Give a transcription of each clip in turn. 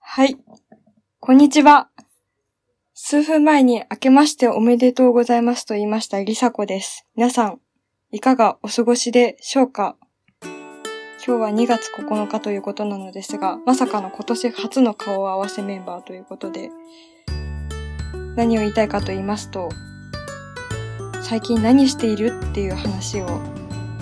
はい。こんにちは。数分前に明けましておめでとうございますと言いましたりさこです。皆さん、いかがお過ごしでしょうか今日は2月9日ということなのですが、まさかの今年初の顔合わせメンバーということで、何を言いたいかと言いますと、最近何しているっていう話を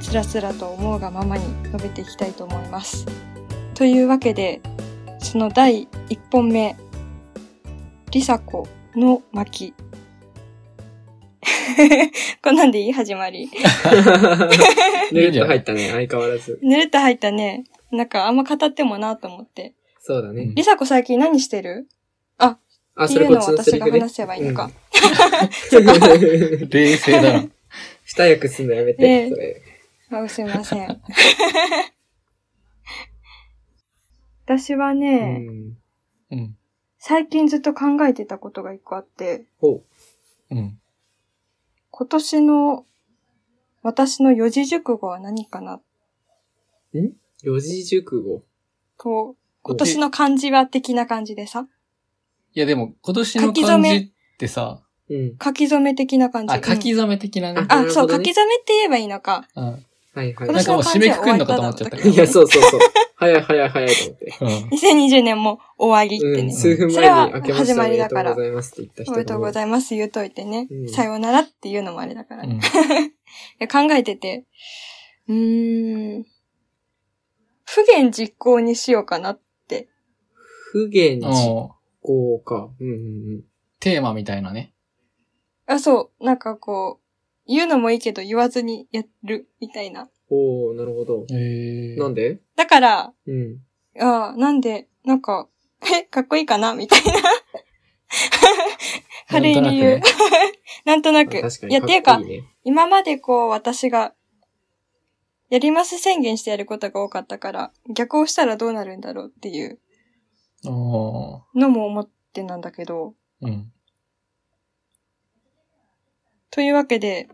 つらつらと思うがままに述べていきたいと思います。というわけで、その第1本目、リサコの巻。 こんなんでいい始まり。 ぬるっと入ったね、相変わらず。ぬるっと入ったね。なんかあんま語ってもなと思って。そうだね。リサコ最近何してるあ、っていそれうこのっをちのセ私リがフね話。せばいいのか。冷静だ な。 二役すんのやめねて、それ。あすいません。 私はね、うん。うん。最近ずっと考えてたことが一個あって、ほうん。今年の私の四字熟語は何かなう。四字熟語。と、今年の漢字は的な感じでさ、いやでも、今年の書き初漢め字ってさ、うん。書き初め的な感じ。あ、書きうん初め的なね。あ、なるほどねそう、書き初めって言えばいいのか。うん。はいはい。なんかもう締めくくんのかと思っちゃったけど。いや、そうそうそう。早い早い早いと思って。うん。 2020年も終わりってうん、ね。数分それは前に明けまし始てまおめりでだとうからございますって言った人おめでとうごいざいます言うといてね。うんさようならっていうのもあれだから。ういんや考えてて、うーん、不言実行にしようかな。不言実もう、行か。うんうんテーマみたいなね。あ、そう、なんかこう、言うのもいいけど言わずにやる、みたいな。うん。おー、なるほど。えなんでだから、うん。あーなんで、なんか、え、かっこいいかな みたいな。 軽い理由。 なんとなあく。確かに。いや、っていうかっこいいね今までこう、私が、やります宣言してやることが多かったから、逆をしたらどうなるんだろうっていうおのも思ってなんだけど、ーうん。というわけで、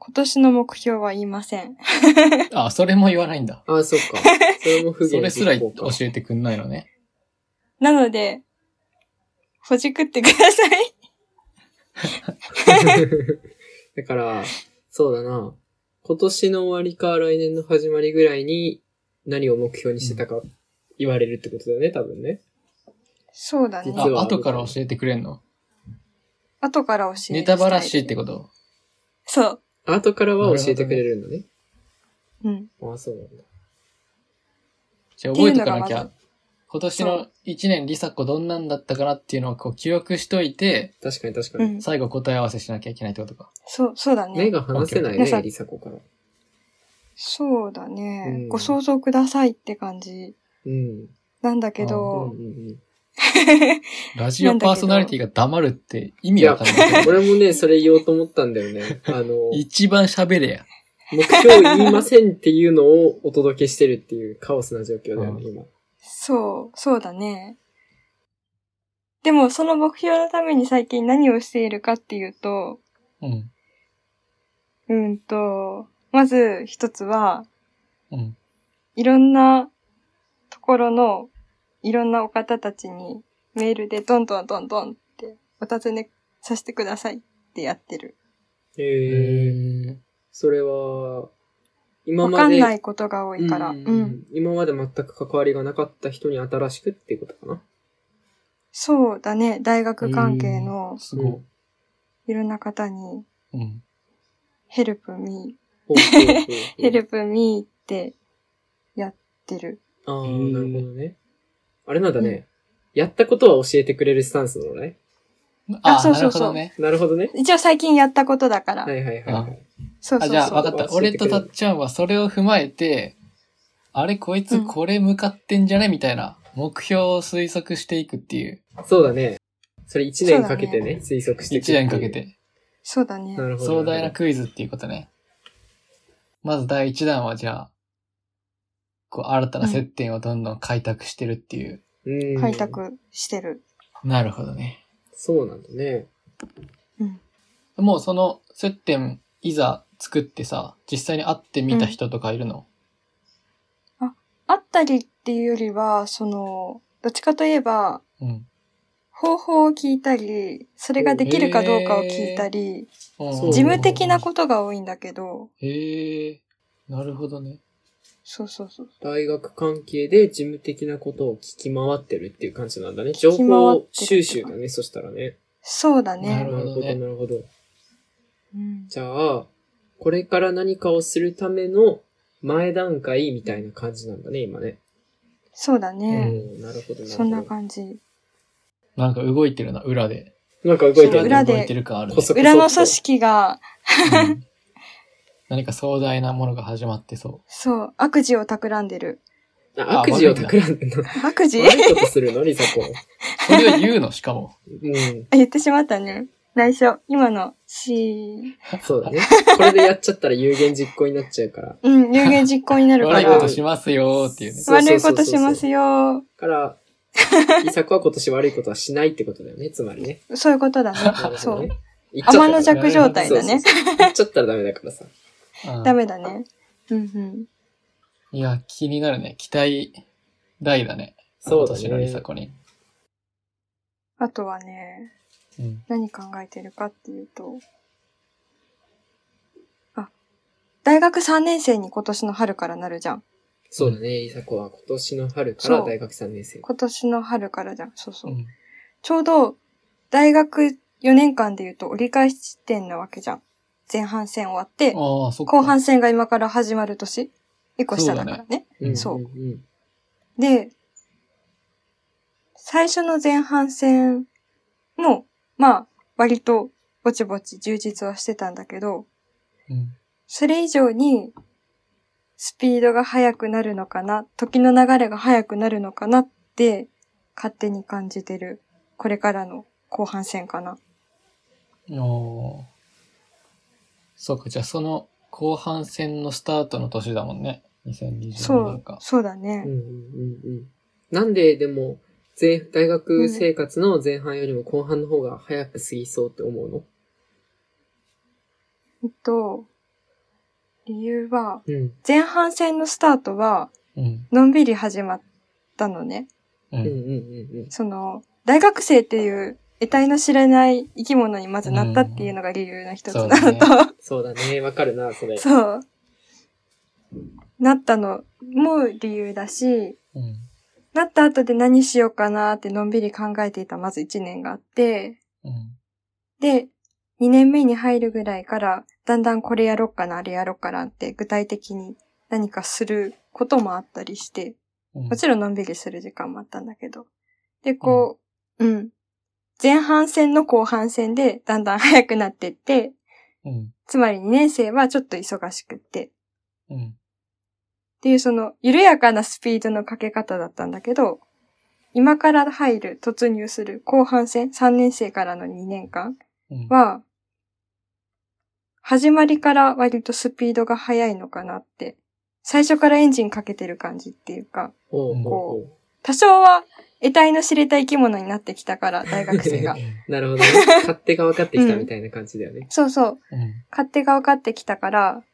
今年の目標は言いません。あ、それも言わないんだ。あ、そっか。それも不そ言れすら実行教か。えてくんないのね。なので、ほじくってください。 だから、そうだな。今年の終わりか来年の始まりぐらいに何を目標にしてたか言われるってことだよね、多分ね。 そうだね実。はあ、後から教えてくれんの後から教えて。ネタばらしってことそう。後からは教えてくれるんだね。うん。ああ、そうなんだ。じゃあ覚えておかっなきていうのがゃ。今年の1年、リサ子どんなんだったかなっていうのをこう記憶しといて、確かに確かうに。ん。最後答え合わせしなきゃいけないってことか。そう、そうだ目ね。が離せないオッケーオッケね、ーリサ子から。そうだね、うんご想像くださいって感じうん。なんだけうんど、うんうん。ラジオパーソナリティが黙るって意味わかんない。俺もね、それ言おうと思ったんだよね。あの、 一番喋れや。目標言いませんっていうのをお届けしてるっていうカオスな状況だよね、う今。 そう、そうだね。でも、その目標のために最近何をしているかっていうと、うん。うんと、まず一つは、うん。いろんなところの、いろんなお方たちにメールでどんどんどんどんってお尋ねさせてくださいってやってる。へえ。えそれは、今わまかんで。ないことが多いから。ううんん,、今まで全く関わりがなかった人に新しくっていうことかな。そうだね。大学関係のすごい。いろんな方に、うん。 help me, ほうほうほうほ う help me ってやってる。ああ、へーなるほどね。あれなんだね。やったことは教えてくれるスタンスなのね。あ、そうなそるうほそうどね。なるほどね。一応最近やったことだから。はいはいはいはい。そうそうそあ、う。じゃあ分かっそうた。そう俺とたっちゃんはそれを踏まえて、あれこいうつんこれ向かってんじゃねみたいな目標を推測していくっていう。そうだね。それ1年かけてそうね、推測していく一年かけ。て。そうだねな。るほど。壮大なクイズっていうことね。まず第一弾はじゃあ、こう新たな接点をどんどん開拓してるっていう。うん開。拓してる。なるほどね。そうなんだね。うん。もうその接点いざ作ってさ、実際に会ってみた人とかいるの、あったりっていうよりは、その、どっちかといえば、うん。方法を聞いたり、それができるかどうかを聞いたり、そう事務的なことが多いんだけど、へえー、なるほどね。そうそうそう。大学関係で事務的なことを聞き回ってるっていう感じなんだね。情聞き回ってる報収集だね、そしたらね。そうだななね。るほるほど、どねなるほど。うん、じゃあ、これから何かをするための前段階みたいな感じなんだね、今ね。そうだうね。ん、なるほど、なるほど。そんな感じ。なんか動いてるな、裏で。なんか動いてそうるね。裏で動いてる感あるね、こそこそっと裏の組織が、うん何か壮大なものが始まってそそう、悪事を企んでる。あ悪事を企んでんの。悪事悪いことするのリサ子。う。それを言うの、しかも。うん。言ってしまったね。内緒。今の、し、そうだね。これでやっちゃったら有言実行になっちゃうから。うん、有言実行になるか 悪いら。ことしますよーっていうね。そう悪いことしますよ。から、リサ子は今年悪いことはしないってことだよね、つまりね。そういうことだなね。るそほどうね。。言っちゃったら天の弱状態だね。そうそうそう言っちゃったらダメだからさ。うんダメだね。うんうん。いや、気になるね。期待大だね。そうだ今年のりさね。こに。あとはね、うん。何考えてるかっていうと、あ、大学3年生に今年の春からなるじゃん。そうだね。リサ子は今年の春から大学3年生。今年の春からじゃん。そうそうう。ん。ちょうど、大学4年間で言うと折り返し地点なわけじゃん。前半戦終わって、ああ、そっか。後半戦が今から始まる年。1個下だからね。うんんそうんで、最初の前半戦も、まあ、割とぼちぼち充実はしてたんだけど、うん。それ以上に、スピードが速くなるのかな、時の流れが速くなるのかなって、勝手に感じてる、これからの後半戦かな。おーそうか、じゃあその後半戦のスタートの年だもんね。そ2020年うか、。そうだうんね。うんうん。なんででも、前大学生活の前半よりも後半の方が早く過ぎそうって思うのえっと、理由は、うん。前半戦のスタートは、うん。のんびり始まったのね。ううんうんん。うんうん。その、大学生っていう、得体の知らない生き物にまずなったっていうのが理由の一つなのと、うんそうだそうだね。わかるな、それ。 そう。なったのも理由だし、うん。なった後で何しようかなってのんびり考えていたまず1年があって、うん。で、2年目に入るぐらいから、だんだんこれやろうかな、あれやろうかなって具体的に何かすることもあったりして、うんもちろんのんびりする時間もあったんだけど。で、こう、うん。前半戦の後半戦でだんだん早くなってって、うん。つまり2年生はちょっと忙しくって、うん。っていうその緩やかなスピードのかけ方だったんだけど、今から入る、突入する後半戦、3年生からの2年間うん。は、始まりから割とスピードが速いのかなって、最初からエンジンかけてる感じっていうか、おうおうおう多少は得体の知れた生き物になってきたから、大学生 がう。んなるほどね。 勝手が分かってきたみたいな感じだよね。そうそう。うん。勝手が分かってきたから、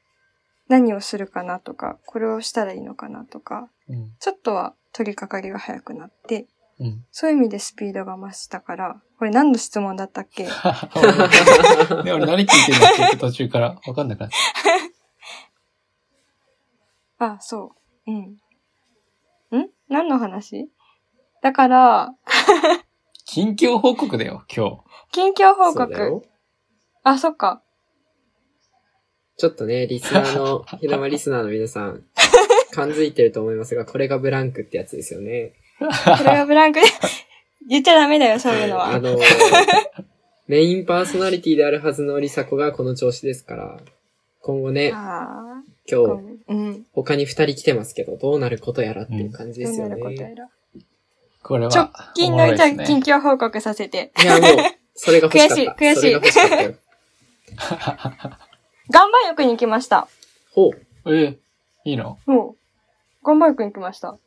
何をするかなとか、これをしたらいいのかなとか、うん。ちょっとは取り掛かりが早くなって、うん。 そういう意味でスピードが増したから、これ何の質問だったっけ ね、俺何聞いてるのって言って途中から分かんなくなっあ、そう。うん。ん何の話だから、た。近況報告だよ、今近況報そうだ告。よ。あ、そっか。ちょっとね、リスナー の、ひだまリスナーの皆さん、感づいてると思いますが、これがブランクってやつですよね。これはブ ランクで、言っちゃダメだよ、そういうのあは。の、メインパーソナリティであるはずのリサ子がこの調子ですから、今後ね、あ今日、ーうん。他に二人来てますけど、どうなることやらっていう感じでどうすよなね。ることやら。これは。直近のじゃあおもろいです近ね況報告させて。いや、もう、それが欲しかった。悔しい悔しいそれが欲しかったよ。岩盤浴に行きました。ほう。え、いいのもう、岩盤浴に行きました。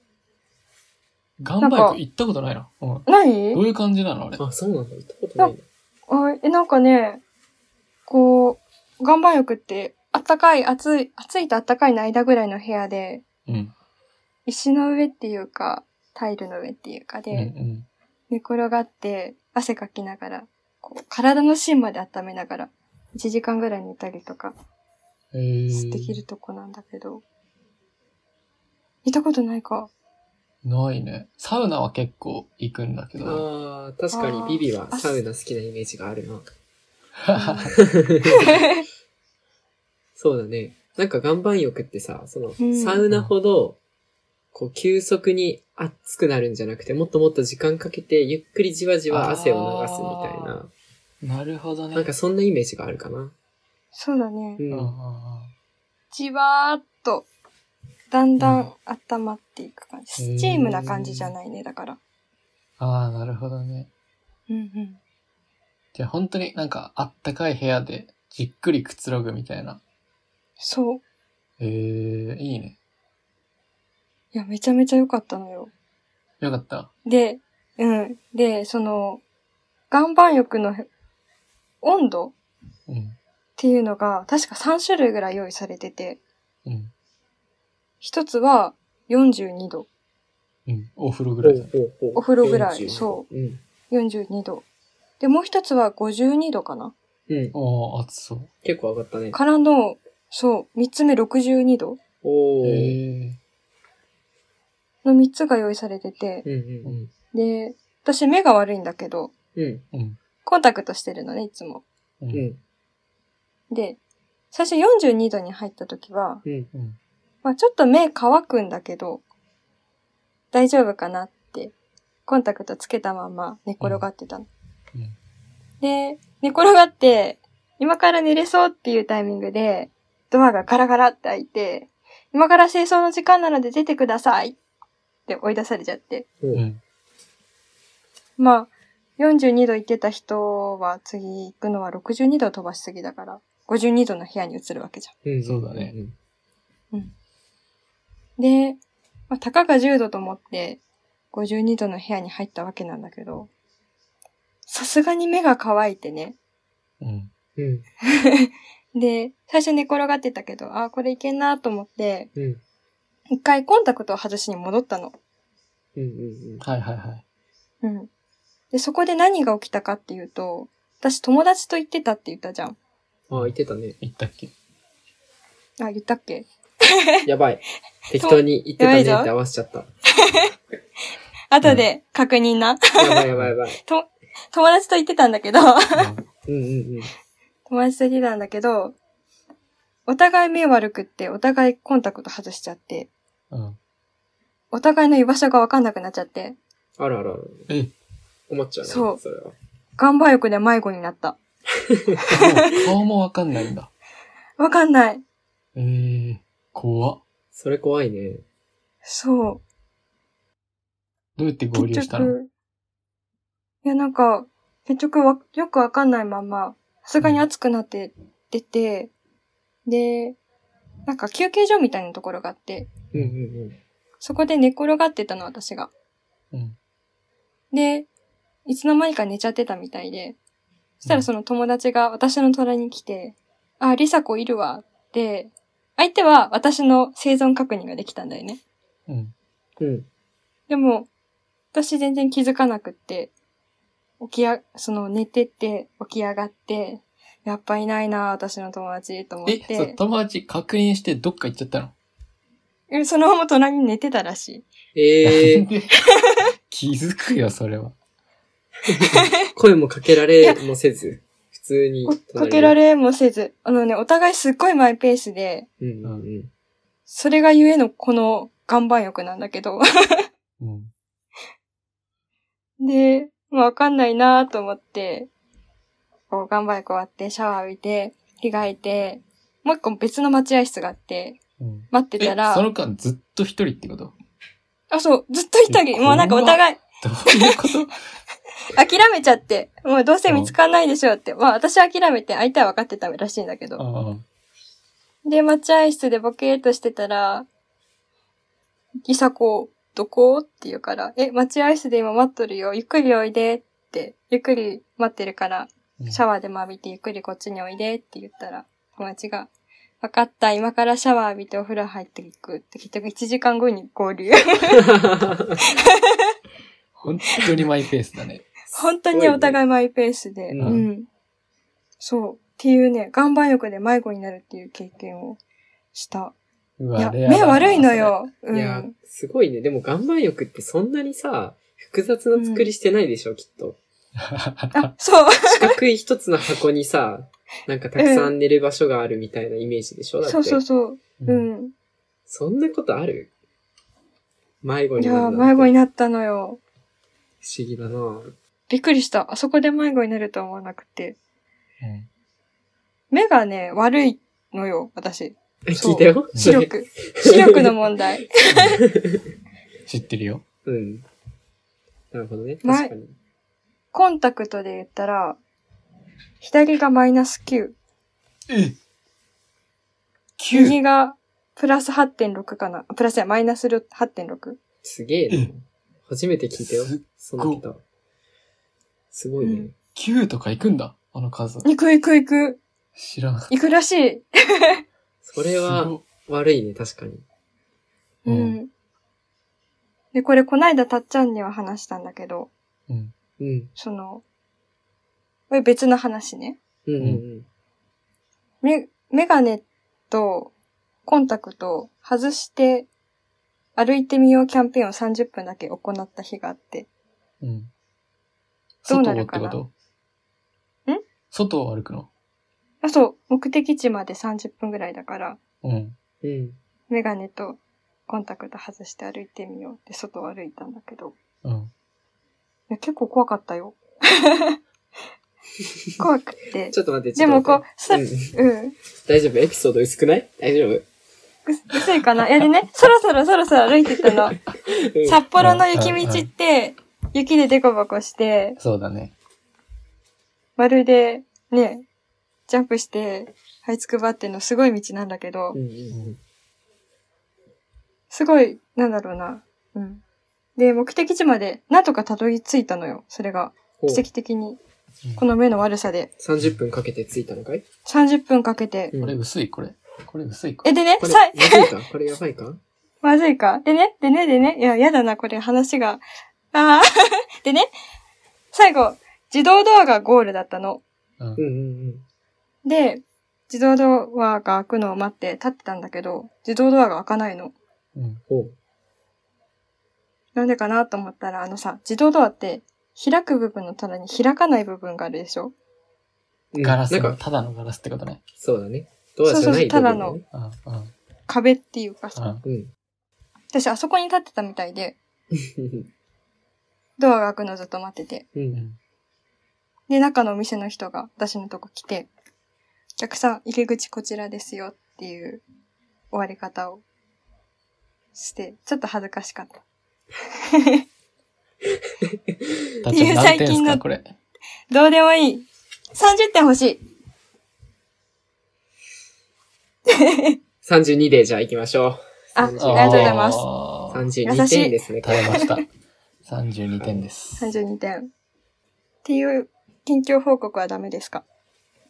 ガンバイク行ったことないな。うん。ないどういう感じなのあれ。あ、そうなんだ。行ったことないんだ。あえ、なんかね、こう、岩盤浴って、あったかい、暑い、暑いとあったかいの間ぐらいの部屋で、うん。石の上っていうか、タイルの上っていうかで、うんうん。寝転がって汗かきながら、こう体の芯まで温めながら、1時間ぐらい寝たりとかえー、できるとこなんだけど、行ったことない か。ないね。サウナは結構行くんだけど。ああ、確かにビビはサウナ好きなイメージがあるな。そうだね。なんか岩盤浴ってさ、そのうん、サウナほど、こう、急速に熱くなるんじゃなくて、もっともっと時間かけて、ゆっくりじわじわ汗を流すみたいな。 なるほどね。なんかそんなイメージがあるかな。そうだねう。うんうんん。じわーっと、だんだうん温まっていく感じ。へースチームな感じじゃないね、だから。ああ、なるほどね。うんうん。じゃあ本当になんかあったかい部屋でじっくりくつろぐみたいな。そう。えー、いいね。いや、めちゃめちゃ良かったのよ。よかった。で、うん。で、その、岩盤浴の温度っうん。ていうのが、確か3種類ぐらい用意されてて、うん。一つは42度、うん。お風呂ぐらいだ。お。お風呂ぐらいそううん。 42度。で、もう一つは52度かなうん。おー、暑そう。結構上がったね。からの、そう、三つ目62度おー。えの三つが用意されてて、うんうんで、私目が悪いんだけど、うん。うん。ー、うん。コンタクトしてるのね、いつも。う。うんん。で、最初42度に入った時は、うん。うん。まあちょっと目乾くんだけど、大丈夫かなって、コンタクトつけたまま寝転がってたの。うんうんで、寝転がって、今から寝れそうっていうタイミングで、ドアがガラガラって開いて、今から清掃の時間なので出てくださいって追い出されちゃって。うんうん。まあ、42度行ってた人は次行くのは62度飛ばしすぎだから、52度の部屋に移るわけじゃん。うん。そうだねうん。で、まあ、たかが10度と思って、52度の部屋に入ったわけなんだけど、さすがに目が乾いてね。うん。うん。で、最初寝転がってたけど、あー、これいけんなと思って、うん。うん一回コンタクトを外しに戻ったの。うんうん。はいはいはい。うん。で、そこで何が起きたかっていうと、私友達と行ってたって言ったじゃん。ああ、いてたね。行ったっけあ、言ったっけやばい。適当に言ってたねって合わせちゃった。後で確認な。 やばいやばいやばい。友達と行ってたんだけど、うんうんうん。友達と行ってたんだけど、お互い目悪くって、お互いコンタクト外しちゃって、うん。うん。お互いの居場所がわかんなくなっちゃって、あらあら。え、困っちゃうね。そうそれは。岩盤浴で迷子になった。顔顔もわかんないんだ。わかんない。えー、怖っ。それ怖いね。そどうやってう。合流結したの局。いや、なんか、結局わ、よくわかんないまま、さすがに暑くなって出て、で、なんか休憩所みたいなところがあって、うんうんそこで寝転がってたの、私が。うん。で、いつの間にか寝ちゃってたみたいで、そしたらその友達が私の隣に来て、あ、リサ子いるわ、って、相手は私の生存確認ができたんだよね。うん。うん。うん。でも、私全然気づかなくって、起きや、その寝てて起き上がって、やっぱいないな私の友達と思っえ、そうて、友達確認してどっか行っちゃったのえそのまま隣に寝てたらしええ 気づくよ、それは。声もかけられもせず、普通にい。こかけられ。れもせず、あのね、お互いすっごいマイペースで、うんうんうん。それがゆえのこの岩盤浴なんだけど、うん。で、まあわかんないなと思って、こう岩盤浴終わって、シャワー浴びて、着替えて、もう一個別の待合室があって、うん、待ってえたら、その間ずっと一人ってことあ、そう、ずっといたけえど、もうなんかお互いどういうこと 諦めちゃって、もうどうせ見つかんないでしょうって。まあ私は諦めて、相手は分かってたらしいんだけど。ああ。で、待合室でボケーっとしてたら、リサ子、どこって言うから、え、待合室で今待っとるよ、ゆっくりおいでって、ゆっくり待ってるから、シャワワーでも浴びてゆっくりこっちにおいでって言ったら、友達が、わかった、今からシャワー浴びてお風呂入っていくって、結局1時間後に合流。本当にマイペース だね。本当にお互いマイペースで、うんうん。そう。っていうね、岩盤浴で迷子になるっていう経験をした。ういわ、や、レアだ目な悪いの。よ。ういやん。、すごいね。でも岩盤浴ってそんなにさ、複雑な作りしてないでしょ、きっと。あ、そう。四角い一つの箱にさ、なんかたくさん寝る場所があるみたいなイメージでしょ、だって。そうそうそう。それううんん。そんなことある迷子いになるやなんー、迷て子になったのよ。不思議だなびっくりした。あそこで迷子になるとは思わなくて。うん目がね、悪いのよ、私。えそう聞いたよ視それ力。視力の問題。知ってるよ。 うん。なるほどね。ま確かに。コンタクトで言ったら、左がマイナス9、え右がプラス8.6かな。あプラスや、マイナス8.6。すげえう。なん初めて聞いたよすそっごい。の桁。すごいね。うん9とか行くんだ。あの数。行く行く行く。知らなかった。行くらしい。それはすご悪いね、確かに。う。うんで、これ、こないだたっちゃんには話したんだけど、うん。うん。その、これ別の話ね。うんうんメ、メガネとコンタクトを外して歩いてみようキャンペーンを30分だけ行った日があって。うん。どうな外をるってかこなとん外を歩くのあ、そう、目的地まで30分ぐらいだから、うん。うん。うん。メガネとコンタクト外して歩いてみようって外を歩いたんだけど。うん。いや、結構怖かった よ。怖くて。ちょっと待って、ちでょっもと待こって。う、さ、うんうん。大丈夫エピソード薄くない大丈夫、薄いかないやでね、そろそろそろそろ歩いてたの。うん札幌の雪道って、雪でデコボコして、そうだね。まるで、ね、ジャンプして、這いつくばってんのすごい道なんだけどう、んうんすごい、なんだろうな。うん。で、目的地まで、なんとかたどり着いたのよ、それが。ほう奇跡的にうん、この目の悪さで。 30分かけて着いたのかい30分かけて。うんこれ薄いこれ。これ薄いかえ、でね、これ、さい、まずいかこれやばいかまずいか。でね、でね、でね。いや、やだな、これ話が。ああ。 でね、最後、自動ドアがゴールだったの。うんうん。うんで、自動ドアが開くのを待って立ってたんだけど、自動ドアが開かないの。うん。うん。ほなんでかなと思ったら、あのさ、自動ドアって、開く部分の棚に開かない部分があるでしょう。ガラスうんなの、んか、ただのガラスってことね。そうだね。ドアじゃないそうそうそうただ部分のねうん。うん。壁っていうかさ。うん。私、あそこに立ってたみたいで、ドアが開くのずっと待ってて。う。うんん。で、中のお店の人が私のとこ来て、お客さん、入り口こちらですよっていう終わり方をして、ちょっと恥ずかしかった。たっちゃん何点最す近かのこれ。どうでもいい。30点欲しい。 32でじゃあ行きましょう。あ32ありがとうございますあー32点ですね。耐えました。32点です。 32点。っていう、近況報告はダメですか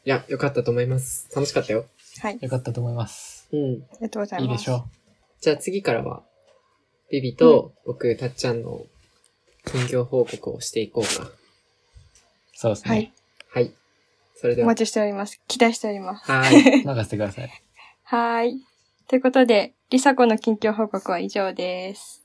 いや、よかったと思います。楽しかったよ。はい。よかったと思います。うんあ。りがとうございいいます。でしょじゃあ次からは、ビビと僕、たっちゃんの近況報告をしていこうか。う。そうですはねい。。はい。それでおは。待ちしております。期待しております。はい。任せてください。はーい。ということで、りさこの近況報告は以上です。